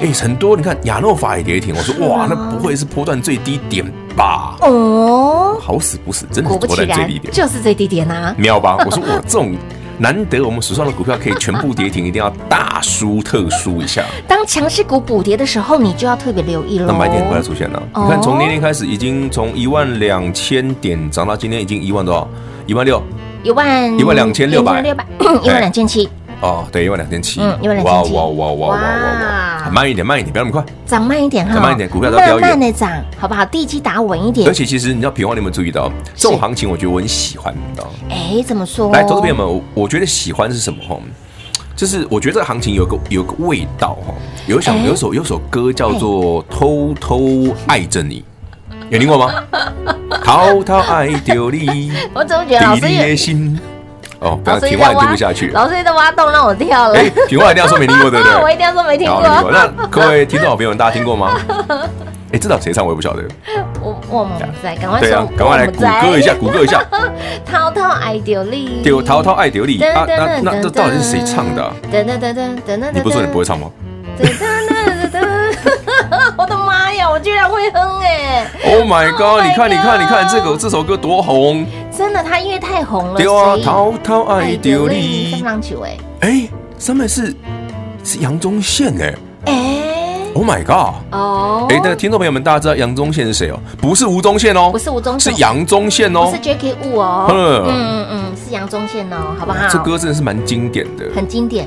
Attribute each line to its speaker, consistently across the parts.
Speaker 1: 哎，哎、很多，你看亚诺法也跌停，我说，哇，那不会是波段最低点吧？
Speaker 2: 哦，
Speaker 1: 好死不死，真的
Speaker 2: 果
Speaker 1: 是
Speaker 2: 不
Speaker 1: 波
Speaker 2: 其
Speaker 1: 段最
Speaker 2: 然
Speaker 1: 低，点，
Speaker 2: 就是最低点啊呐、
Speaker 1: 妙吧？我说我这种。难得我们手上的股票可以全部跌停，一定要大输特输一下，
Speaker 2: 当强势股补跌的时候，你就要特别留意喽。
Speaker 1: 那买点很快就出现了。
Speaker 2: 哦
Speaker 1: 你看，从年年开始，已经从一万两千点涨到今天已经一万多少？一万六
Speaker 2: 一万
Speaker 1: 12600
Speaker 2: 六百， 一万两千七，
Speaker 1: 哦，对，一万两千七，
Speaker 2: 嗯12700
Speaker 1: 哇哇哇哇哇哇
Speaker 2: 哇
Speaker 1: 哇！慢一点，慢一点，不要那么快。
Speaker 2: 涨慢一点哈，
Speaker 1: 涨慢一点股票都要
Speaker 2: 慢
Speaker 1: 飙
Speaker 2: 慢的涨，好不好？地基打稳一点
Speaker 1: 而。且其实你知道，平花你有没有注意到这种行情？我觉得我很喜欢，你知道吗？
Speaker 2: 哎，怎么说？
Speaker 1: 来，投资朋友们，我我觉得喜欢是什么？哈，就是我觉得这个行情有个有个味道哈，有想
Speaker 2: 哎
Speaker 1: 有首有首歌叫做《偷偷爱着你》，有听过 吗？偷偷爱着你，
Speaker 2: 我怎么觉得啊老师
Speaker 1: 你
Speaker 2: 也
Speaker 1: 的心。哦，不
Speaker 2: 老
Speaker 1: 要
Speaker 2: 师
Speaker 1: 平
Speaker 2: 在
Speaker 1: 花你
Speaker 2: 挖
Speaker 1: 听不下去。
Speaker 2: 老师在挖洞让我跳了啊
Speaker 1: 哎，，平花一定要说没听过，对不对？
Speaker 2: 我一定要说没听
Speaker 1: 然后
Speaker 2: 过。
Speaker 1: 听过。那各位听众好朋友们，大家听过 吗？哎、这道谁唱我也不晓得。
Speaker 2: 我我们不在，赶快
Speaker 1: 对
Speaker 2: 说
Speaker 1: 啊，赶快来谷歌一下，，谷歌一 下。
Speaker 2: 滔滔爱丢力，
Speaker 1: 丢淘淘爱丢力啊，那那这到底是谁唱的啊、
Speaker 2: 噔噔噔噔噔噔，
Speaker 1: 你不是说你不会唱吗
Speaker 2: 噔噔噔噔噔， 我的妈呀！我居然会哼哎、
Speaker 1: ？Oh my
Speaker 2: Oh my
Speaker 1: god！你看，你看，
Speaker 2: god
Speaker 1: 你看，这个这首歌多红，
Speaker 2: 真的，它因为太红了，
Speaker 1: 丢啊
Speaker 2: 所，以
Speaker 1: 淘淘爱丢
Speaker 2: 爱
Speaker 1: 力
Speaker 2: 三。郎酒哎
Speaker 1: 哎，上面是是杨宗宪哎
Speaker 2: 哎
Speaker 1: ，Oh my god！
Speaker 2: 哦，
Speaker 1: 哎，那听众朋友们，大家知道杨宗宪是谁哦？不是吴宗宪哦
Speaker 2: 不，是吴宗
Speaker 1: 是
Speaker 2: 宪，
Speaker 1: 杨宗宪
Speaker 2: 不
Speaker 1: 哦
Speaker 2: 是。Jackie Wu 哦，
Speaker 1: 嗯
Speaker 2: 嗯嗯，是杨宗宪哦，好不好？
Speaker 1: 这哦歌真的是蛮经典的，
Speaker 2: 很经典，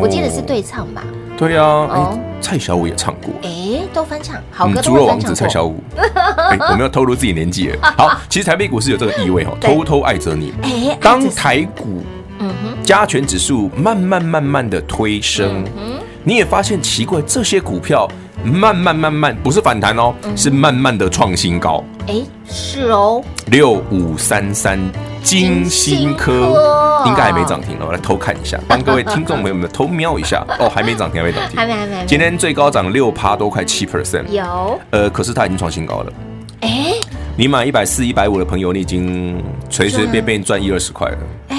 Speaker 2: 我记得是对唱吧？
Speaker 1: 哦。对啊，
Speaker 2: 哦
Speaker 1: 哎，蔡小五也唱过。
Speaker 2: 哎，都翻唱，好
Speaker 1: 我们
Speaker 2: 歌都
Speaker 1: 猪肉
Speaker 2: 会
Speaker 1: 王子
Speaker 2: 翻唱
Speaker 1: 蔡
Speaker 2: 过。
Speaker 1: 小 五，哎，我们要透露自己年纪了。好，其实台北股市有这个意味哦，
Speaker 2: 对
Speaker 1: 偷偷爱着你。
Speaker 2: 哎，
Speaker 1: 当
Speaker 2: 这是
Speaker 1: 台股
Speaker 2: 嗯哼
Speaker 1: 加权指数慢慢慢慢的推升，
Speaker 2: 嗯
Speaker 1: 你也发现奇怪，这些股票慢慢慢慢不是反弹哦，是慢慢的创新高。
Speaker 2: 哼，哎是哦，
Speaker 1: 六五三三金星
Speaker 2: 金星
Speaker 1: 科
Speaker 2: 科
Speaker 1: 应该还没涨停了，哦我来偷看一下，帮各位听众朋友们偷瞄一下。哦，还没涨停，还没涨停，
Speaker 2: 还没还没还没
Speaker 1: 今天最高涨六趴多，快七 percent。
Speaker 2: 有
Speaker 1: 呃，可是它已经创新高了。
Speaker 2: 哎
Speaker 1: 你买一百四、一百五的朋友，你已经随随便便赚一二十块了。
Speaker 2: 哎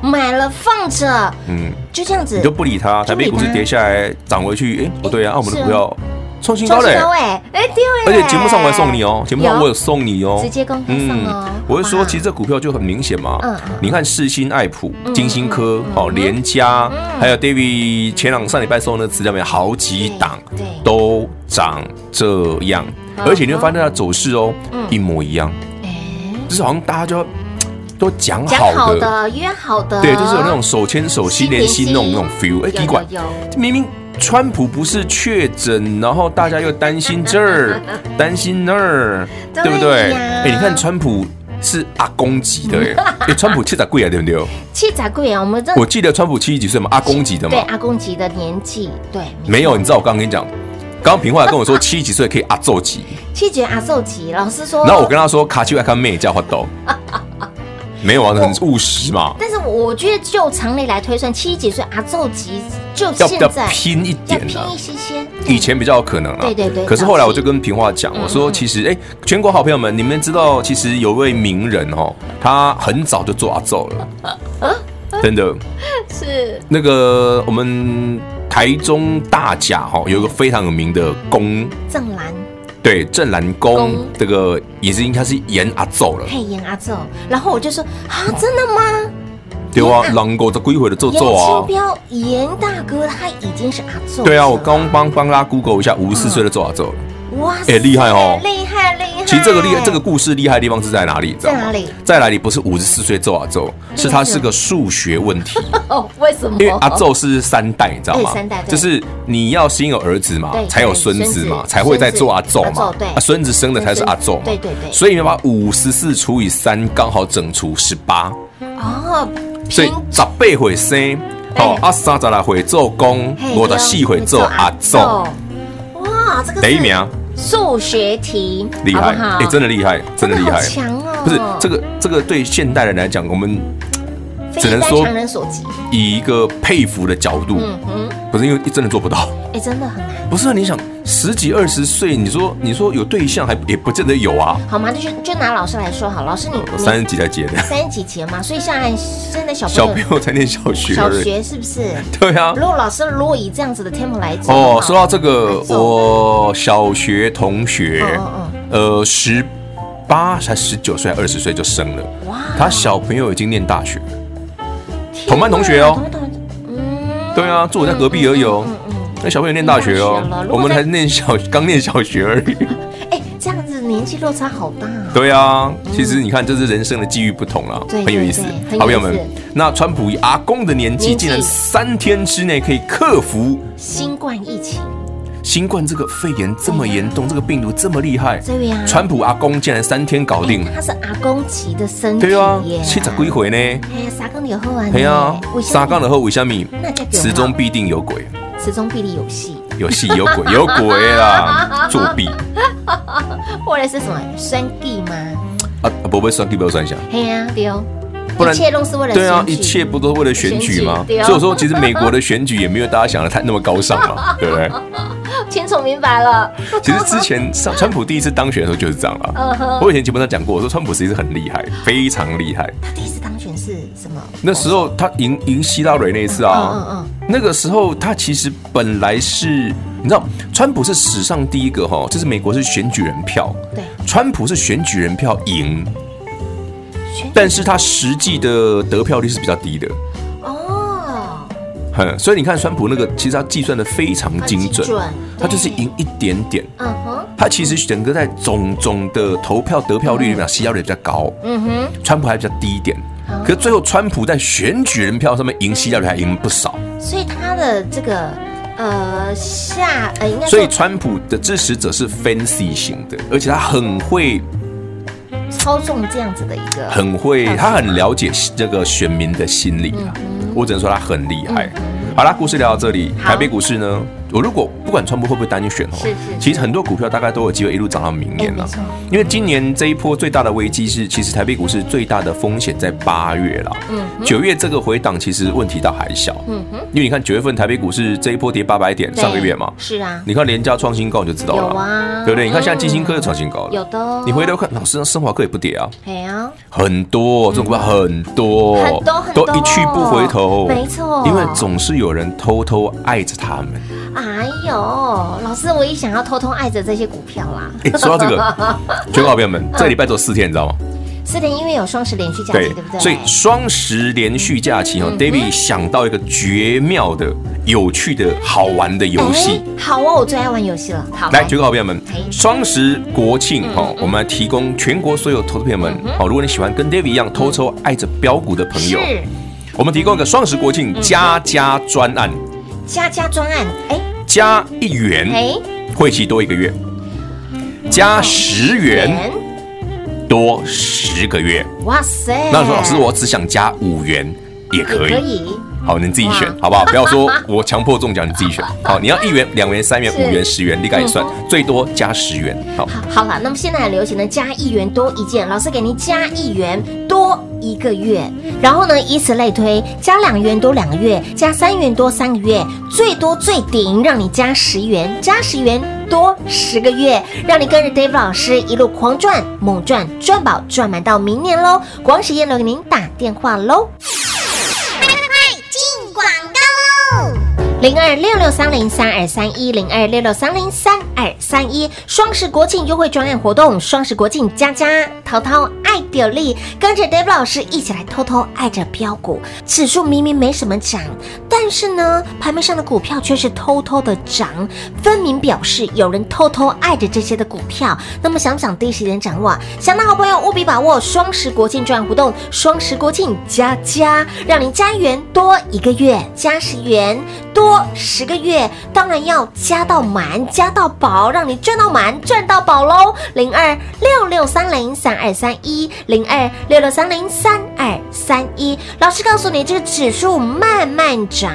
Speaker 2: 买了放着，
Speaker 1: 嗯，
Speaker 2: 就这样子
Speaker 1: 你就不理它，台
Speaker 2: 就不理
Speaker 1: 北股市
Speaker 2: 它
Speaker 1: 跌下来涨回去，哎，不对啊，
Speaker 2: 哎
Speaker 1: 澳门的
Speaker 2: 是
Speaker 1: 股
Speaker 2: 啊
Speaker 1: 票创新
Speaker 2: 超
Speaker 1: 高嘞。
Speaker 2: 高哎哎对耶，
Speaker 1: 而且节目上我还送你哦，节目上
Speaker 2: 有
Speaker 1: 我有送你哦，嗯
Speaker 2: 直接公开送哦
Speaker 1: 我是
Speaker 2: 好不
Speaker 1: 说，
Speaker 2: 好
Speaker 1: 其实这股票就很明显嘛
Speaker 2: 嗯嗯。
Speaker 1: 你看世新、爱普、金星科
Speaker 2: 嗯、
Speaker 1: 哦
Speaker 2: 嗯
Speaker 1: 联家
Speaker 2: 嗯，
Speaker 1: 还有 David 前两上礼拜送的资料没有，好几档
Speaker 2: 对对
Speaker 1: 都涨这样，
Speaker 2: 嗯
Speaker 1: 而且你会发现它的走势哦
Speaker 2: 嗯
Speaker 1: 一模一样，
Speaker 2: 哎
Speaker 1: 就是好像大家就要都讲
Speaker 2: 讲
Speaker 1: 好
Speaker 2: 好
Speaker 1: 的，
Speaker 2: 的约好的，
Speaker 1: 对，就是有那种手牵手、心连心那种那种 feel。哎，
Speaker 2: 有
Speaker 1: 滴管
Speaker 2: 有有
Speaker 1: 明明川普不是确诊，然后大家又担心这 儿，担心那儿，
Speaker 2: 对
Speaker 1: 对不对？
Speaker 2: 呀
Speaker 1: 哎、你看川普是阿公级的 哎、哎、川普七十几啊，对不对？
Speaker 2: 七仔贵啊，我们这
Speaker 1: 我记得川普七十几岁嘛，阿公级的
Speaker 2: 对
Speaker 1: 嘛，
Speaker 2: 阿公级的年纪，对，
Speaker 1: 没有。你知道我刚刚跟你讲，刚刚平话跟我说七十几岁可以阿奏级，
Speaker 2: 七姐阿寿级，老师说，
Speaker 1: 然后我跟他说卡丘爱看妹叫花 豆，没有啊，很务实嘛，
Speaker 2: 但是我觉得就常理来推算，七几岁阿寿级就
Speaker 1: 要
Speaker 2: 现
Speaker 1: 要
Speaker 2: 在
Speaker 1: 拼一
Speaker 2: 要
Speaker 1: 点
Speaker 2: 拼
Speaker 1: 啊。
Speaker 2: 一些些，
Speaker 1: 以前比较有可能啊，
Speaker 2: 对对对
Speaker 1: 可是后来我
Speaker 2: 早期嗯
Speaker 1: 就跟平话讲，我说其实哎、全国好朋友们，你 们知道其实有位名人哦，他很早就做阿奏了。真的。
Speaker 2: 是
Speaker 1: 那个我们台中大甲哈、有一个非常有名的宫，
Speaker 2: 正蓝
Speaker 1: 对正南宫
Speaker 2: 宫，
Speaker 1: 这个也是应该是严阿奏了，
Speaker 2: 配演阿奏，然后我就说啊，真的吗？
Speaker 1: 对啊，
Speaker 2: 严
Speaker 1: 狼狗这归回的奏
Speaker 2: 严
Speaker 1: 奏
Speaker 2: 清
Speaker 1: 啊。
Speaker 2: 标严大哥他已经是阿奏了，
Speaker 1: 对啊，我刚帮帮大家 Google 一下，五十四岁的奏阿奏。
Speaker 2: 哇塞，
Speaker 1: 哎厉害哦
Speaker 2: 厉害厉害，
Speaker 1: 其实这个厉害，这个故事厉害的地方是在哪里？你知道吗
Speaker 2: 哦在哪里？
Speaker 1: 在哪里？不是五十四岁奏阿奏，是它是个数学问题。
Speaker 2: 哦，为什么？
Speaker 1: 因为阿宙是三代，你知道吗？
Speaker 2: 对三代对
Speaker 1: 就是你要先有儿子嘛
Speaker 2: 对，
Speaker 1: 才有孙子
Speaker 2: 孙
Speaker 1: 嘛，
Speaker 2: 子
Speaker 1: 才会再做阿宙
Speaker 2: 孙子阿
Speaker 1: 嘛
Speaker 2: 宙对。
Speaker 1: 啊，孙子生的才是阿宙嘛。
Speaker 2: 对对对
Speaker 1: 所以你把五十四除以三，刚好整除十八，
Speaker 2: 哦，
Speaker 1: 所以
Speaker 2: 平
Speaker 1: 十八岁生，哦，啊三十来岁做公
Speaker 2: 嘿，
Speaker 1: 五十四岁做阿宙，。
Speaker 2: 哇，这个
Speaker 1: 第一名
Speaker 2: 数学题，
Speaker 1: 厉害，
Speaker 2: 好
Speaker 1: 哎，真的厉害，真的厉害。
Speaker 2: 强哦！
Speaker 1: 不是这个，这个对现代人来讲，我们
Speaker 2: 非
Speaker 1: 只能
Speaker 2: 一般
Speaker 1: 说
Speaker 2: 常人所及。
Speaker 1: 以一个佩服的角度，
Speaker 2: 嗯哼，
Speaker 1: 可是因为真的做不到。
Speaker 2: 哎，真的很难。
Speaker 1: 不是啊，你想十几二十岁，你说你说有对象还也不见得有啊，
Speaker 2: 好吗？就就拿老师来说好，老师你
Speaker 1: 我
Speaker 2: 你
Speaker 1: 三十几才结的，
Speaker 2: 三十几节嘛，所以现在现在小
Speaker 1: 小
Speaker 2: 朋
Speaker 1: 朋
Speaker 2: 友
Speaker 1: 友才念小学
Speaker 2: 小
Speaker 1: 而已。
Speaker 2: 学嗯是不是？
Speaker 1: 对啊
Speaker 2: 如，果老师如果以这样子的 tempo 来走的话
Speaker 1: 哦，说到这个，
Speaker 2: 走
Speaker 1: 我小学同学
Speaker 2: 嗯嗯，
Speaker 1: 呃，十八才十九岁，二十岁就生了，
Speaker 2: 哇，
Speaker 1: 他小朋友已经念大学。
Speaker 2: 天哪
Speaker 1: 同班同学哦
Speaker 2: 同班同学，嗯，
Speaker 1: 对啊，住我家隔壁而已哦。那小朋友念大学哦
Speaker 2: 念大学了，嗯如
Speaker 1: 我们
Speaker 2: 果在
Speaker 1: 才念小刚念小学而已。
Speaker 2: 哎，这样子年纪落差好大哦。
Speaker 1: 对啊，其实你看，这是人生的际遇不同啦，
Speaker 2: 对
Speaker 1: 很有意思
Speaker 2: 对对很有意，思
Speaker 1: 好朋友们。那川普以阿公的年纪，
Speaker 2: 年纪
Speaker 1: 竟然三天之内可以克服
Speaker 2: 新冠疫情，
Speaker 1: 新冠这个肺炎这么严重，这个病毒这么厉害，
Speaker 2: 对啊哎呀
Speaker 1: 川普阿公竟然三天搞定，
Speaker 2: 他是阿公级的身体
Speaker 1: 对啊
Speaker 2: 耶，，
Speaker 1: 七十几回呢，
Speaker 2: 哎呀，三杠有后啊，
Speaker 1: 对啊，三杠
Speaker 2: 的，
Speaker 1: 的后为什么？
Speaker 2: 那就
Speaker 1: 此中必定有鬼，
Speaker 2: 此中必定有戏，
Speaker 1: 有戏有鬼有鬼 啦，作弊啊
Speaker 2: 或者是什么酸地吗？
Speaker 1: 啊！不会算，不要算一下。
Speaker 2: 嘿呀，对哦，
Speaker 1: 不然
Speaker 2: 一切都是为了
Speaker 1: 对啊，
Speaker 2: 选
Speaker 1: 一
Speaker 2: 举
Speaker 1: 切不都是为了选举吗
Speaker 2: 选举？对啊
Speaker 1: 所以说，其实美国的选举也没有大家想的太那么高尚 嘛，对不对？
Speaker 2: 清楚哦明白了，
Speaker 1: 其实之前 上川普第一次当选的时候就是这样
Speaker 2: 嗯哼
Speaker 1: 啦。我以前节目上讲过，我说川普其实很厉害，非常厉害。
Speaker 2: 他第一次当选是什么？
Speaker 1: 那时候他赢赢希拉蕊那一次啊，
Speaker 2: 嗯嗯
Speaker 1: 那个时候他其实本来是，你知道，川普是史上第一个哈，这是美国是选举人票，
Speaker 2: 嗯，对，
Speaker 1: 川普是选举人票赢，
Speaker 2: 选
Speaker 1: 但是他实际的得票率是比较低的。
Speaker 2: 哦，
Speaker 1: 哼，嗯所以你看川普那个，其实他计算的非常精
Speaker 2: 很精
Speaker 1: 准
Speaker 2: 准，
Speaker 1: 他就是赢一点点。
Speaker 2: 嗯哼，
Speaker 1: 他其实整个在总总的投票得票率里面，希拉里比较高，
Speaker 2: 嗯哼，
Speaker 1: 川普还比较低一点
Speaker 2: 哦。
Speaker 1: 可是最后，川普在选举人票上面赢希拉里还赢不少，
Speaker 2: 所以他的这个呃下呃应该
Speaker 1: 所
Speaker 2: 说
Speaker 1: 以川普的支持者是 fancy 型的，而且他很会
Speaker 2: 操纵这样子的一个
Speaker 1: 很会，他很了解这个选民的心理啊。我只能说他很厉害。好啦，故事聊到这里，
Speaker 2: 嗯好
Speaker 1: 台北股市呢，我如果不管川普会不会单选哦，
Speaker 2: 是是
Speaker 1: 其实很多股票大概都有机会一路涨到明年了、
Speaker 2: 哎没错
Speaker 1: 因为今年这一波最大的危机是，其实台北股市最大的风险在八月啦。九月这个回档其实问题倒还小，
Speaker 2: 嗯哼，
Speaker 1: 因为你看九月份台北股市这一波跌八百点，
Speaker 2: 对
Speaker 1: 上个月嘛，
Speaker 2: 是啊，
Speaker 1: 你看连家创新高你就知道了
Speaker 2: 有
Speaker 1: 嘛，
Speaker 2: 啊
Speaker 1: 对不对？你看现在
Speaker 2: 嗯
Speaker 1: 金星科又创新高了，
Speaker 2: 有的哦
Speaker 1: 你回头看，老师，那生华科也不跌啊，
Speaker 2: 哎呀。
Speaker 1: 很多这种股票很多，
Speaker 2: 很多很多
Speaker 1: 都一去不回头，
Speaker 2: 没错
Speaker 1: 因为总是有人偷偷爱着他们。
Speaker 2: 哎呦，老师，我也想要偷偷爱着这些股票啦。
Speaker 1: 哎，说到这 个，全国好朋友们，这个礼拜只有四天，你知道吗？
Speaker 2: 四天因为有双十连续嗯假期，对不对？哎嗯
Speaker 1: 所以双十连续假期哦，David 想到一个绝妙的、有趣的、好玩的游戏。
Speaker 2: 哎好哦，我最爱玩游戏了。好，
Speaker 1: 来，全国好朋友们
Speaker 2: 哎，嗯
Speaker 1: 双十国庆哦，我们来提供全国所有投资朋友们哦，如果你喜欢跟 David 一样偷偷爱着标股的朋友，
Speaker 2: 是
Speaker 1: 我们提供一个双十国
Speaker 2: 嗯
Speaker 1: 庆加加专案，
Speaker 2: 加加专案，哎
Speaker 1: 加一元，
Speaker 2: 哎，
Speaker 1: 会期多一个月，加十元多十个月。
Speaker 2: 哇塞！
Speaker 1: 那说老师，我只想加五元也可
Speaker 2: 哎也可
Speaker 1: 以。
Speaker 2: 以，
Speaker 1: 好，你自己选
Speaker 2: 哇
Speaker 1: 好不好？不要说我强迫中奖，你自己 选。好，你要一元、两元、三元、
Speaker 2: 是嗯
Speaker 1: 五元、十元，你敢也算，最多加十元。好，
Speaker 2: 好，好了，那么现在很流行的加一元多一件，老师给您加一元多一个月，然后呢，以此类推，加两元多两个月，加三元多三个月，最多最顶让你加十元，加十元多十个月，让你跟着 Dave 老师一路狂赚猛赚，赚饱赚满到明年喽！广时间留给您打电话喽。零二六六三零三二三一零二六六三零三二三一。双十国庆优惠专案活动，双十国庆加加淘淘爱表力，跟着 Dave 老师一起来偷偷爱着标股。指数明明没什么涨，但是呢，盘面上的股票却是偷偷的涨，分明表示有人偷偷爱着这些的股票。那么想不想第一时间掌握啊？想的好朋友务必把握双十国庆专案活动，双十国庆加加，让你加元多一个月，加十元多十个月，当然要加到满，加到饱，让你赚到满，赚到饱喽！零二六六三零三二三一，零二六六三零三二三一。老师告诉你，这个指数慢慢涨，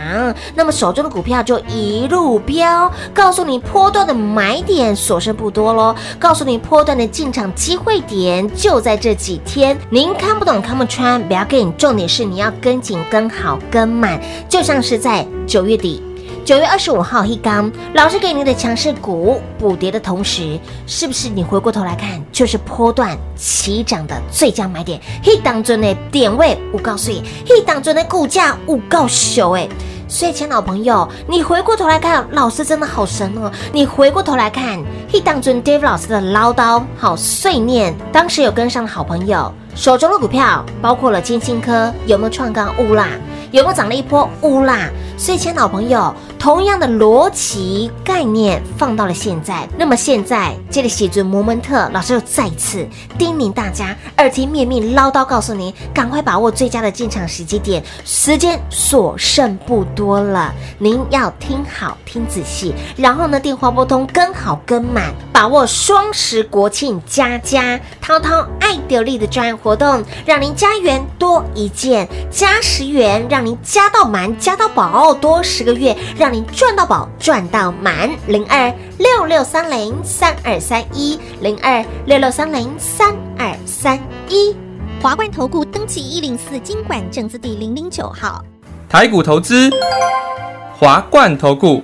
Speaker 2: 那么手中的股票就一路飙，告诉你波段的买点所剩不多喽，告诉你波段的进场机会点就在这几天。您看不懂看不穿，不要紧，重点是你要跟紧、跟好、跟满，就像是在九月底。九月二十五号一刚，老师给您的强势股补跌的同时，是不是你回过头来看，就是波段起涨的最佳买点？一当中的点位我告诉你，一当中的股价我告诉哎。所以，亲爱的老朋友，你回过头来看，老师真的好神哦！你回过头来看，一当中 Dave 老师的唠叨、好碎念，当时有跟上的好朋友，手中的股票包括了金星科，有没有创高？乌啦，有没有涨了一波？乌啦！所以，亲爱的老朋友，同样的逻辑概念放到了现在，那么现在这里写准摩门特老师又再次叮咛大家，耳提面命唠叨告诉您，赶快把握最佳的进场时机点，时间所剩不多了，您要听好听仔细，然后呢，电话拨通，跟好跟满，把握双十国庆加加滔滔爱得力的专案活动，让您加元多一件，加十元，让您加到满，加到饱，多十个月，让您赚到饱，赚到满。零二六六三零三二三一，零二六六三零三二三一。
Speaker 3: 华冠投顾登记一零四经管证字第零零九号。
Speaker 4: 台股投资，华冠投顾，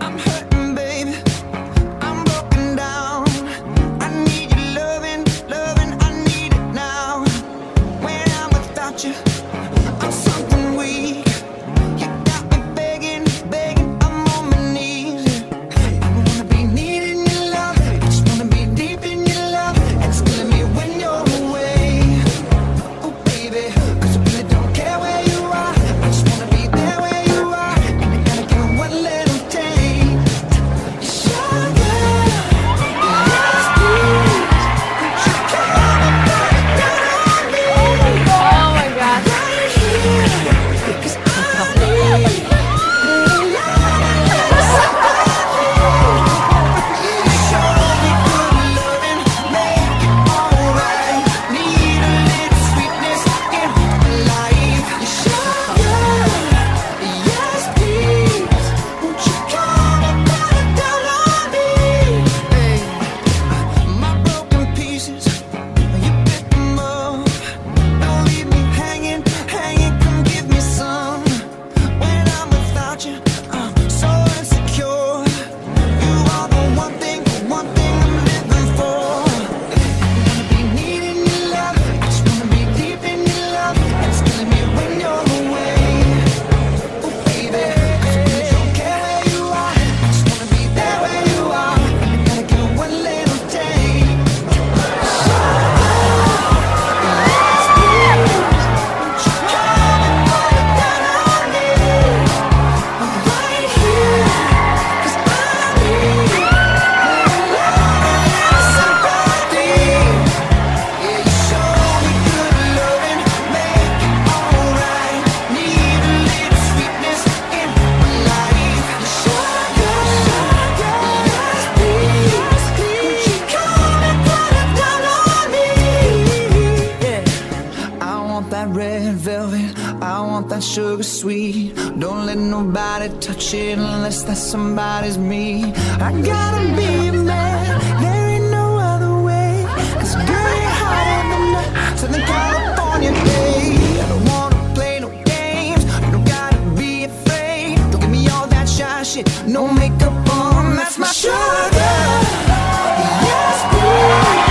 Speaker 5: I'm hurting, baby. I'm broken down. I need your loving, loving. I need it now. When I'm without you, I'm something weak. You got me begging, begging. I'm on my knees. I wanna be needing your love. I just wanna be deep in your love. And it's killing me when you're away, oh baby. 'Cause I really don't care where you sugar sweet. Don't let nobody touch it unless that somebody's me. I gotta be a man, there ain't no other way. Cause girl, you're hotter than the Southern California day. I don't wanna play no games, you don't gotta be afraid. Don't give me all that shy shit, no makeup on, that's my sugar. Yes, please.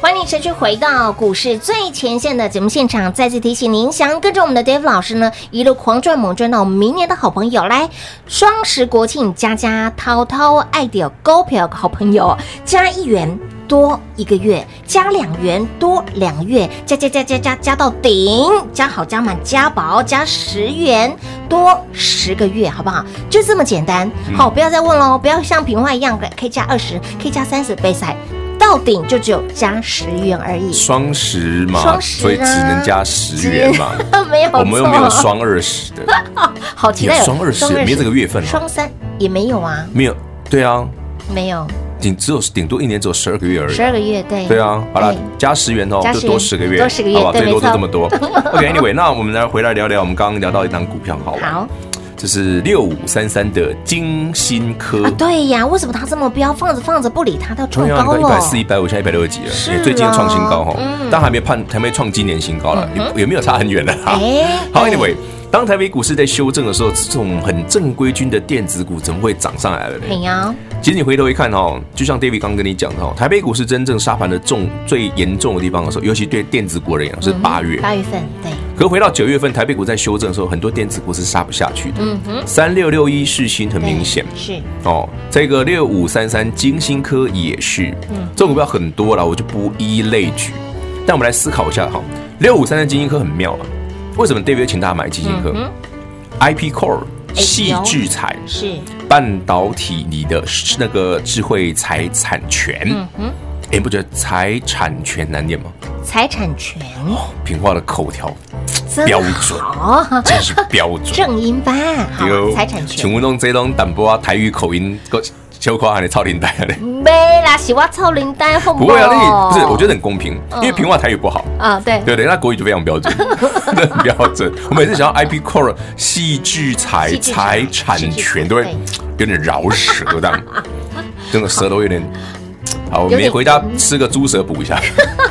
Speaker 2: 欢迎持续回到股市最前线的节目现场，再次提醒您，想要跟着我们的 Dave 老师呢，一路狂赚猛赚到明年的好朋友，来双十国庆，加加涛涛爱的高票好朋友，加一元多一个月，加两元多两个月，加加加加加加到顶，加好加满加薄，加十元多十个月，好不好？就这么简单。好，不要再问喽，不要像平话一样，可以加二十，可以加三十杯赛。到顶就只有加十元而已，
Speaker 1: 双十嘛，
Speaker 2: 双十啊
Speaker 1: 所以只能加十元 嘛。
Speaker 2: 哦没有错，啊
Speaker 1: 我们又哦没有双二十的，
Speaker 2: 好期待哦
Speaker 1: 有双二十没这个月份哦
Speaker 2: 双三也没有啊，
Speaker 1: 没有。对啊，
Speaker 2: 没有
Speaker 1: 顶只有顶多一年只有十二个月而已
Speaker 2: 十。二个月，对
Speaker 1: 对啊，好了
Speaker 2: 嗯对，
Speaker 1: 加十元哦
Speaker 2: 加，
Speaker 1: 就
Speaker 2: 十元
Speaker 1: 多十个月，
Speaker 2: 多十个月
Speaker 1: 好吧，
Speaker 2: 对
Speaker 1: 最多
Speaker 2: 没
Speaker 1: 就
Speaker 2: 错
Speaker 1: 这么 多。OK，Anyway，那我们来回来聊聊，我们刚刚聊到一档股票，好玩，
Speaker 2: 好
Speaker 1: 就是六五三三的金新科
Speaker 2: 啊，，对呀，为什么它这么飙，放着放着不理它，它
Speaker 1: 同
Speaker 2: 创
Speaker 1: 样
Speaker 2: 高
Speaker 1: 一百四、
Speaker 2: 了？
Speaker 1: 一百五，现在一百六十几了，
Speaker 2: 是
Speaker 1: 也最近
Speaker 2: 啊
Speaker 1: 创新高哈
Speaker 2: 嗯，
Speaker 1: 但还没判，还没创今年新高了，也也没有差很远了哈。
Speaker 2: 哎
Speaker 1: 好
Speaker 2: 对
Speaker 1: ，Anyway，当台北股市在修正的时候，这种很正规军的电子股怎么会涨上来了呢？
Speaker 2: 没有，
Speaker 1: 其实你回头一看哦，就像 David 刚跟你讲的哦，台北股市真正沙盘的重最严重的地方的时候，尤其对电子股而
Speaker 2: 嗯
Speaker 1: 言是八月。
Speaker 2: 八月份，对，
Speaker 1: 可回到九月份，台北股在修正的时候，很多电子股是杀不下去的。
Speaker 2: 嗯哼，
Speaker 1: 三六六一世新很明显
Speaker 2: 对是
Speaker 1: 哦，这个六五三三金星科也是，
Speaker 2: 嗯
Speaker 1: 这种股票很多了，我就不一一类举。但我们来思考一下哈，六五三三金星科很妙啊，为什么 David 请大家买金星科、
Speaker 2: 嗯
Speaker 1: i p Core
Speaker 2: 哎
Speaker 1: 细
Speaker 2: 有
Speaker 1: 制材
Speaker 2: 是，
Speaker 1: 半导体你的那个智慧财产权，
Speaker 2: 嗯哼，
Speaker 1: 哎、你不觉得财产权难念吗？
Speaker 2: 财产权
Speaker 1: 平话的口条
Speaker 2: 真
Speaker 1: 标准
Speaker 2: 好，
Speaker 1: 真是标准。
Speaker 2: 哦正音班，好啊
Speaker 1: 对，
Speaker 2: 财产
Speaker 1: 请
Speaker 2: 权。
Speaker 1: 问弄这种淡薄啊台语口音，够羞夸还得超龄带嘞？
Speaker 2: 嗯没啦，喜欢臭林丹，好
Speaker 1: 不会啊，那你不
Speaker 2: 哦
Speaker 1: 是？我觉得很公平，
Speaker 2: 嗯
Speaker 1: 因为平话台语不好。
Speaker 2: 得啊，对，
Speaker 1: 对对，那国语就非常标 准，那很标准。我每次想到 IP Core 戏剧财
Speaker 2: 戏剧财
Speaker 1: 财产
Speaker 2: 戏剧财
Speaker 1: 权，都会有
Speaker 2: 对
Speaker 1: 点饶舌这样，真的舌头有点。好，我
Speaker 2: 有
Speaker 1: 明
Speaker 2: 点嗯
Speaker 1: 天回家
Speaker 2: 疼
Speaker 1: 吃个猪舌补一下。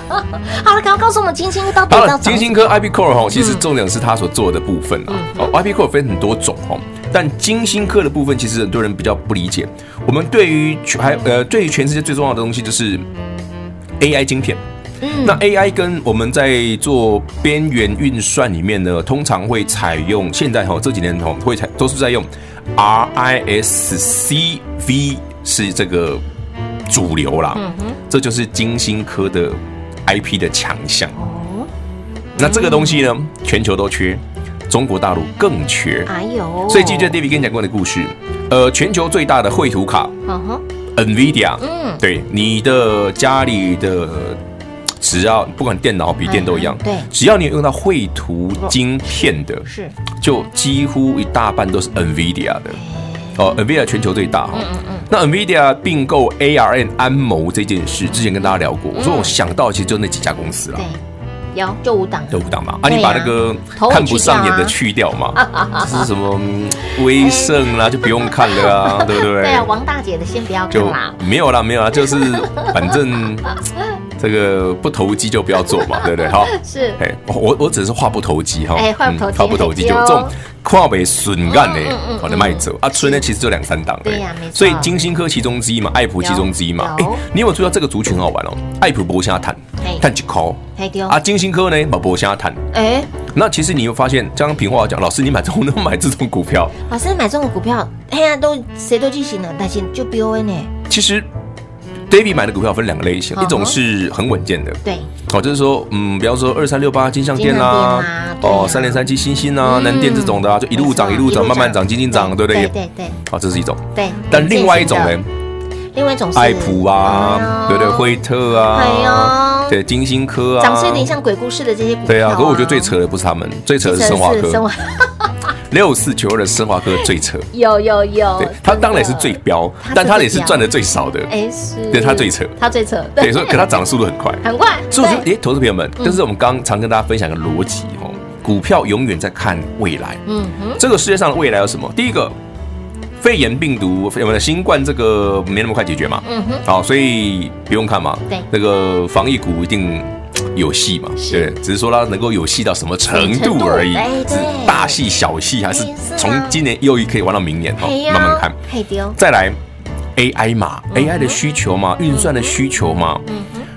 Speaker 2: 好了，赶快告诉我们金星到底
Speaker 1: 好
Speaker 2: 到
Speaker 1: 了，
Speaker 2: 底
Speaker 1: 金星科 IP Core 哈，其实
Speaker 2: 嗯
Speaker 1: 重点是它所做的部分啊。哦，IP Core 分很多种哦，但金星科的部分其实很多人比较不理解。我们对于全还呃，对于全世界最重要的东西就是 AI 晶片。那 AI 跟我们在做边缘运算里面呢，通常会采用现在哈这几年哈会采都是在用 RISC-V 是这个主流啦，这就是金星科的 IP 的强项。那这个东西呢，全球都缺，中国大陆更缺。
Speaker 2: 哎呦，
Speaker 1: 所以记不记得 David 跟你讲过的故事？呃，全球最大的绘图卡
Speaker 2: 嗯哼，
Speaker 1: NVIDIA，
Speaker 2: 嗯
Speaker 1: 对，你的家里的只要不管电脑、笔电都一样
Speaker 2: 嗯，对
Speaker 1: 只要你有用到绘图晶片的，
Speaker 2: 是，
Speaker 1: 就几乎一大半都是 NVIDIA 的。
Speaker 2: 哎
Speaker 1: 哦，NVIDIA 全球最大
Speaker 2: 嗯
Speaker 1: 哈、那 NVIDIA 并购 ARM 安谋这件事，之前跟大家聊过，我说我想到其实就那几家公司啦
Speaker 2: 嗯对。，有就五档，
Speaker 1: 的啊五档嘛，啊，
Speaker 2: 对啊
Speaker 1: 你把那个
Speaker 2: 头啊尾
Speaker 1: 看不上眼的
Speaker 2: 去
Speaker 1: 去掉嘛， 是什么嗯威盛啦，就不用看了 啊，对不对？
Speaker 2: 对啊，王大姐的先不要看
Speaker 1: 就
Speaker 2: 啦。
Speaker 1: 没有啦，没有啦，就是反正这个不投机就不要做嘛，对不对？哈，
Speaker 2: 是
Speaker 1: 哎，我我只是话不投机哈，
Speaker 2: 哎话不投机
Speaker 1: 嗯话不投机就
Speaker 2: 对哦
Speaker 1: 这种跨北笋干呢
Speaker 2: 嗯嗯嗯嗯，
Speaker 1: 好的卖走啊，春呢其实就两三档，
Speaker 2: 对呀没错
Speaker 1: 所以金星科其中之一嘛，爱普其中之一嘛，
Speaker 2: 有
Speaker 1: 哎
Speaker 2: 有，
Speaker 1: 你有没有注意到这个族群很好玩哦？爱普博虾探
Speaker 2: 嘿，
Speaker 1: 探几口
Speaker 2: 嘿对哦
Speaker 1: 啊，金星科呢把博虾探。
Speaker 2: 哎，
Speaker 1: 那其实你会发现，刚刚平话讲，老师你买这种， 能买这种股票，
Speaker 2: 老师买这种股票，哎呀，都谁都进行了，但是就 B O N 呢？
Speaker 1: 其实 David 买的股票分两个类型，
Speaker 2: 嗯哼
Speaker 1: 一种是很稳健的，
Speaker 2: 对，
Speaker 1: 哦，就是说，嗯，比方说二三六八金像店啦、
Speaker 2: 金像店啊对啊
Speaker 1: 哦，三零三七星星啊、
Speaker 2: 嗯
Speaker 1: 南电这种的啊，就一路涨一
Speaker 2: 没错
Speaker 1: 路涨，慢慢涨，轻轻涨，对不对？
Speaker 2: 对对
Speaker 1: 好、这是一种。
Speaker 2: 对。
Speaker 1: 但另外一种呢，
Speaker 2: 另外一种是嗯
Speaker 1: 爱普啊，对不对？惠特啊
Speaker 2: 哎，呦
Speaker 1: 对，金星科啊，
Speaker 2: 长得有点像鬼故事的这些股票。
Speaker 1: 对啊，可我觉得最扯的不是他们，最扯的
Speaker 2: 最扯
Speaker 1: 是生
Speaker 2: 的
Speaker 1: 华
Speaker 2: 是生
Speaker 1: 科
Speaker 2: 华，
Speaker 1: 六四九二的生华科最扯，
Speaker 2: 有有有
Speaker 1: 对，，它当然也是最标
Speaker 2: 哦它，
Speaker 1: 但
Speaker 2: 最
Speaker 1: 它也是
Speaker 2: 标
Speaker 1: 赚的最少的，
Speaker 2: 哎是，
Speaker 1: 对它最扯
Speaker 2: 它最扯，
Speaker 1: 对，所以可它涨的速度很快，
Speaker 2: 很快，
Speaker 1: 所以我说，
Speaker 2: 对嗯
Speaker 1: 哎，投资朋友们，这是我们刚刚常跟大家分享的逻辑哦。股票永远在看未来，
Speaker 2: 嗯哼，
Speaker 1: 这个世界上的未来有什么？第一个，肺炎病毒，我们的新冠这个没那么快解决嘛，
Speaker 2: 嗯哼，
Speaker 1: 好、所以不用看嘛，
Speaker 2: 对
Speaker 1: 那个防疫股一定。有戏嘛？
Speaker 2: 是
Speaker 1: 对，只是说它能够有戏到什么程度而已
Speaker 2: 程度哎，
Speaker 1: 是
Speaker 2: 对
Speaker 1: 大戏小戏，还是
Speaker 2: 哎是啊哎
Speaker 1: 从今年又一可以玩到明年？哦
Speaker 2: 嘿哟
Speaker 1: 慢慢看。
Speaker 2: 嘿丢，
Speaker 1: 再来 AI 嘛，AI
Speaker 2: 嗯
Speaker 1: 的需求嘛，运算的需求嘛。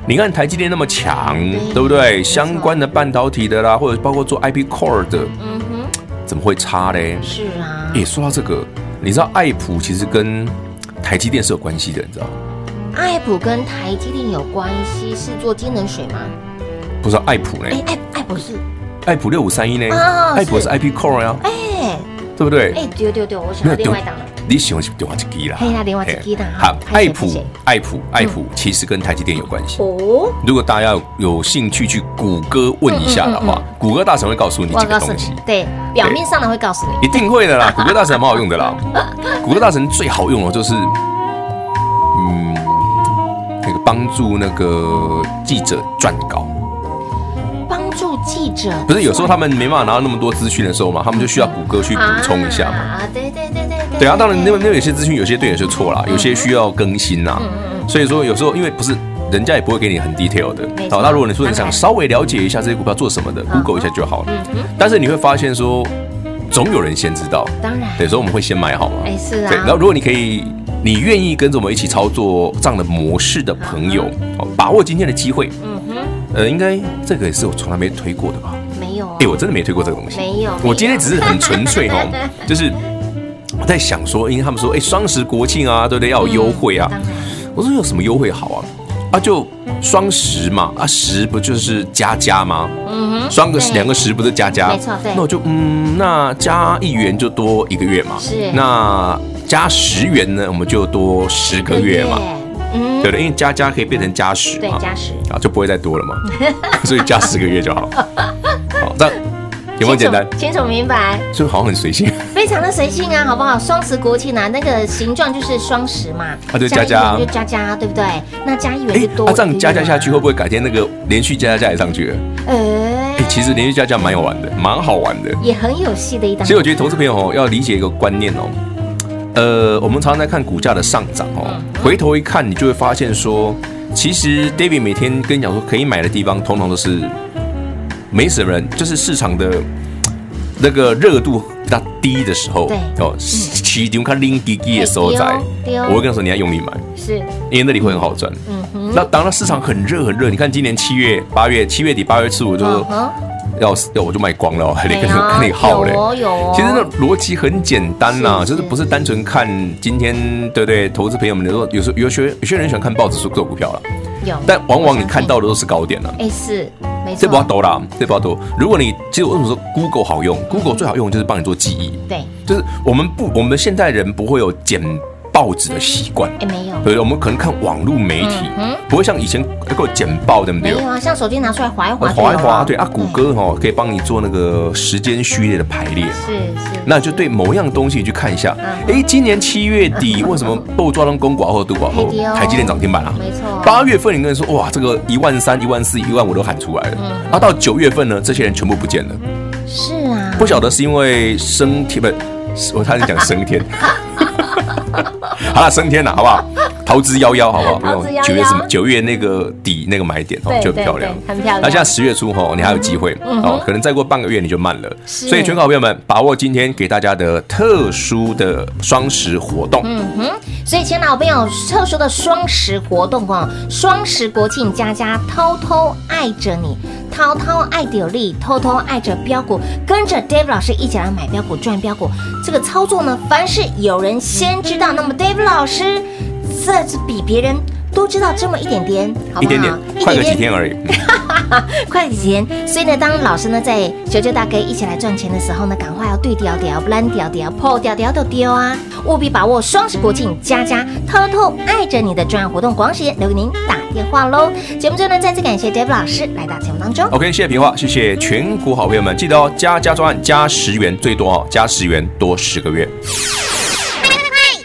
Speaker 1: 你看台积电那么强，对不对？相关的半导体的啦，或者包括做 IP core 的，
Speaker 2: 嗯哼，
Speaker 1: 怎么会差嘞？
Speaker 2: 是啊，
Speaker 1: 也说到这个，你知道爱普其实跟台积电是有关系的，你知道吗？
Speaker 2: 爱普跟台积电有关系，是做天能水吗？
Speaker 1: 不是爱普呢？
Speaker 2: 哎，爱爱普是，
Speaker 1: 爱普六五三一呢
Speaker 2: 哦？
Speaker 1: 爱普
Speaker 2: 是
Speaker 1: 是 IP core 呀，
Speaker 2: 哎
Speaker 1: 对不对？
Speaker 2: 哎丢丢丢，我想到另外一档了，
Speaker 1: 你喜欢是电话机啦？
Speaker 2: 嘿啦另外一支
Speaker 1: 嘿
Speaker 2: 啦好
Speaker 1: 好，爱
Speaker 2: 拍谁
Speaker 1: 普
Speaker 2: 拍谁，
Speaker 1: 爱普，爱
Speaker 2: 嗯
Speaker 1: 普其实跟台积电有关系。
Speaker 2: 哦，
Speaker 1: 如果大家有有兴趣去谷歌问一下的话，
Speaker 2: 嗯
Speaker 1: 谷歌大神会告诉你
Speaker 2: 我
Speaker 1: 这
Speaker 2: 告
Speaker 1: 个
Speaker 2: 诉
Speaker 1: 东
Speaker 2: 你
Speaker 1: 西，，
Speaker 2: 对，表面上的会告诉你，
Speaker 1: 一定会的啦。谷歌大神蛮好用的 啦，谷歌大神最好用的就是，嗯，那个帮助那个记者撰稿，
Speaker 2: 帮助记者，
Speaker 1: 不是有时候他们没办法拿到那么多资讯的时候嘛，他们就需要谷歌去补充一下嘛。
Speaker 2: 啊，对对对对对，
Speaker 1: 对啊，当然那那有些资讯有些对有些错
Speaker 2: 嗯
Speaker 1: 啦，有些需要更新呐、所以说有时候因为不是人家也不会给你很 detail 的
Speaker 2: 没，错嗯
Speaker 1: 好，那如果你说你
Speaker 2: 当然
Speaker 1: 想稍微了解一下这些股票做什么的，Google 一下就好了。但是你会发现说，总有人先知道，
Speaker 2: 当然
Speaker 1: 对，所以我们会先买好嘛。
Speaker 2: 哎是啊
Speaker 1: 对，然后如果你可以，你愿意跟着我们一起操作这样的模式的朋友，哦，把握今天的机会，
Speaker 2: 嗯哼，
Speaker 1: 呃，应该这个也是我从来没推过的吧。
Speaker 2: 没有哦
Speaker 1: 哎、，我真的没推过这个东西，
Speaker 2: 没有
Speaker 1: 我今天只是很纯粹 哦，就是我在想说，因为他们说，哎、双十国庆啊，对不对？要有优惠啊。
Speaker 2: 嗯当然
Speaker 1: 我说有什么优惠好啊？啊，就双十嘛，啊十不就是加加吗？
Speaker 2: 嗯哼，
Speaker 1: 双个
Speaker 2: 对
Speaker 1: 两个十不是加加？
Speaker 2: 没错对
Speaker 1: 那我就嗯，那加一元就多一个月嘛。
Speaker 2: 是
Speaker 1: 那加十元呢，我们就多十个月嘛，
Speaker 2: 嗯
Speaker 1: 对，不对？因为加加可以变成加十
Speaker 2: 对
Speaker 1: 嘛。
Speaker 2: 加十，
Speaker 1: 啊，就不会再多了嘛， 所以加十个月就好。好，这样有没有简单？
Speaker 2: 清楚？清楚明白，
Speaker 1: 所以好像很随性
Speaker 2: 非常的随性啊，好不好？双十国庆啊，那个形状就是双十嘛，
Speaker 1: 啊对
Speaker 2: 一
Speaker 1: 加加
Speaker 2: 元就加加，对不对？那加一元就多啊
Speaker 1: 那哎啊这
Speaker 2: 一个月嘛，
Speaker 1: 样加加下去，会不会改天那个连续加加加也上去了？
Speaker 2: 哎
Speaker 1: 哎，，其实连续加加蛮有玩的，蛮好玩的。
Speaker 2: 也很有戏的一档
Speaker 1: 其实。我觉得投资朋友哦，要理解一个观念哦，呃，我们常常在看股价的上涨哦，
Speaker 2: 嗯
Speaker 1: 回头一看，你就会发现说，其实 David 每天跟你讲说可以买的地方，通常都是没什么人，就是市场的那个热度比较低的时候，
Speaker 2: 对
Speaker 1: 哦，起丢看拎滴滴的时候在
Speaker 2: 哎，对哦对哦
Speaker 1: 我会跟你说你要用力买，
Speaker 2: 是，
Speaker 1: 因为那里会很好赚。
Speaker 2: 嗯哼，
Speaker 1: 那当然，市场很热很热。你看今年七月、八月、七月底、八月初，我就
Speaker 2: 嗯哼，
Speaker 1: 要要我就卖光了 哦，还得跟你
Speaker 2: 哎呀
Speaker 1: 跟你耗嘞
Speaker 2: 有。哦有哦，
Speaker 1: 其实那逻辑很简单呐、
Speaker 2: 是
Speaker 1: 就是不是单纯看今天对不对？投资朋友们有时候有时候有些有些人喜欢看报纸说做股票了，
Speaker 2: 有，
Speaker 1: 但往往你看到的都是高点了、
Speaker 2: 哎是，没错，
Speaker 1: 这不要抖啦，这不要抖。如果你其实为什么说 Google 好用？Google 最好用就是帮你做记忆，
Speaker 2: 对，
Speaker 1: 就是我们不我们现代人不会有捡报纸的习惯。
Speaker 2: 哎没有，
Speaker 1: 对，我们可能看网络媒体，不会像以前能够简报，对不
Speaker 2: 嗯没
Speaker 1: 对？
Speaker 2: 有啊，像手机拿出来划一划，
Speaker 1: 划一划，对
Speaker 2: 了
Speaker 1: 啊，谷
Speaker 2: 嗯
Speaker 1: 歌哦可以帮你做那个时间序列的排列嘛。
Speaker 2: 是是，
Speaker 1: 那就对某样东西你去看一下，
Speaker 2: 嗯
Speaker 1: 哎，今年七月底为什么豆抓成公寡后、独寡后
Speaker 2: 嘿对哦，
Speaker 1: 台积电涨停板啊？
Speaker 2: 没错
Speaker 1: 八月份你跟人说哇，这个一万三、一万四、一万五都喊出来了，
Speaker 2: 嗯
Speaker 1: 啊，到九月份呢，这些人全部不见了，
Speaker 2: 是啊，
Speaker 1: 不晓得是因为 升天不是，我差点讲升天，好了，升天了，好不好？桃之夭夭，好不好？不
Speaker 2: 桃之夭夭
Speaker 1: 用九月什么九月那个底那个买点哦
Speaker 2: 对，
Speaker 1: 就很漂亮
Speaker 2: 对，对很漂亮嗯
Speaker 1: 那现在十月初吼，你还有机会哦，可能再过半个月你就慢了。
Speaker 2: 是
Speaker 1: 所以全港朋友们，把握今天给大家的特殊的双十活动，
Speaker 2: 嗯所以，亲爱的好朋友，特殊的双十活动哦，双十国庆，家家偷偷爱着你，偷偷爱着力，偷偷爱着标股，跟着 Dave 老师一起来买标股赚标股。这个操作呢，凡是有人先知道，那么 Dave 老师这是比别人多知道这么一点点，好不好？
Speaker 1: 一点点，快个几天
Speaker 2: 而已。
Speaker 1: 而已。嗯
Speaker 2: 快点！所以呢，当老师呢在九九大哥一起来赚钱的时候呢，赶快要对调调、不烂调调、破调调都丢啊！务必把握双十国庆，家家偷偷爱着你的专案活动，广时间留给您打电话喽。节目最后呢，再次感谢 Dave 老师来到节目当中。
Speaker 1: OK，谢谢平话，谢谢全国好朋友们，记得哦，加加专案加十元最多哦，加十元多十个月。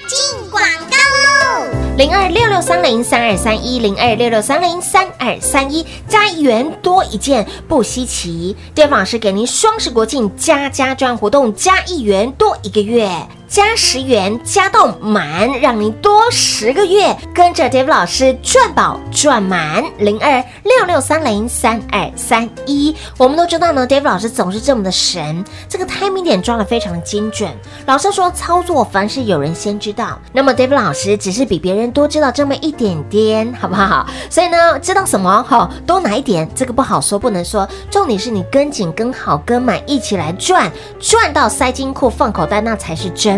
Speaker 6: 进广告喽！
Speaker 2: 零二六六三零三二三一零二六六三零三二三一，加一元多一件不稀奇。店老师给您双十国庆加加赚活动，加一元多一个月。加十元加到满，让您多十个月，跟着 Dave 老师赚宝赚满零二六六三零三二三一。我们都知道呢，Dave 老师总是这么的神，这个 timing 点抓的非常的精准。老师说，操作凡是有人先知道，那么 Dave 老师只是比别人多知道这么一点点，好不好？所以呢，知道什么哈、多拿一点，这个不好说，不能说。重点是你跟紧、跟好、跟满，一起来赚，赚到塞金库、放口袋，那才是真的。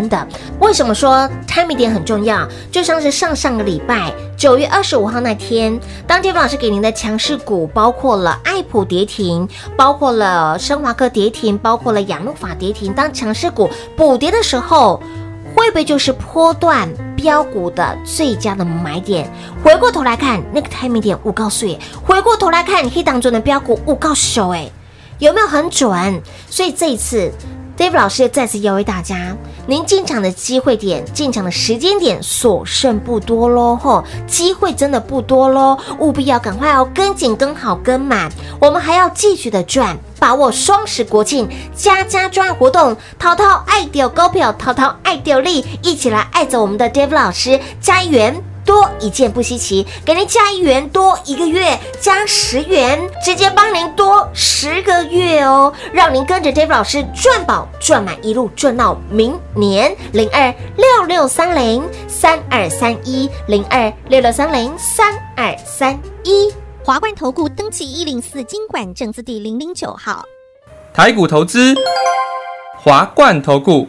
Speaker 2: 为什么说 timing 点很重要？就像是上上个礼拜九月二十五号那天，当天老师给您的强势股包括了爱普跌停，包括了升华科跌停，包括了雅诺法跌停。当强势股补跌的时候，会不会就是波段标股的最佳的买点？回过头来看那个 timing 点，我告诉你，回过头来看黑当中的标股，我告诉你，哎，有没有很准？所以这一次。Dave 老师再次邀约大家，您进场的机会点、进场的时间点所剩不多喽，吼，机会真的不多喽，务必要赶快哦，跟紧、跟好、跟满，我们还要继续的赚，把握双十国庆加加赚活动，淘淘爱丢高票，淘淘爱丢力，一起来爱着我们的 Dave 老师，加一元。多一件不稀奇，给您加一元多一个月，加十元，直接帮您多十个月哦，让您跟着 Dave 老师赚宝赚满，一路赚到明年零二六六三零三二三一零二六六三零三二三一。
Speaker 7: 华冠投顾登记一零四经管证字第零零九号。
Speaker 4: 台股投资，华冠投顾。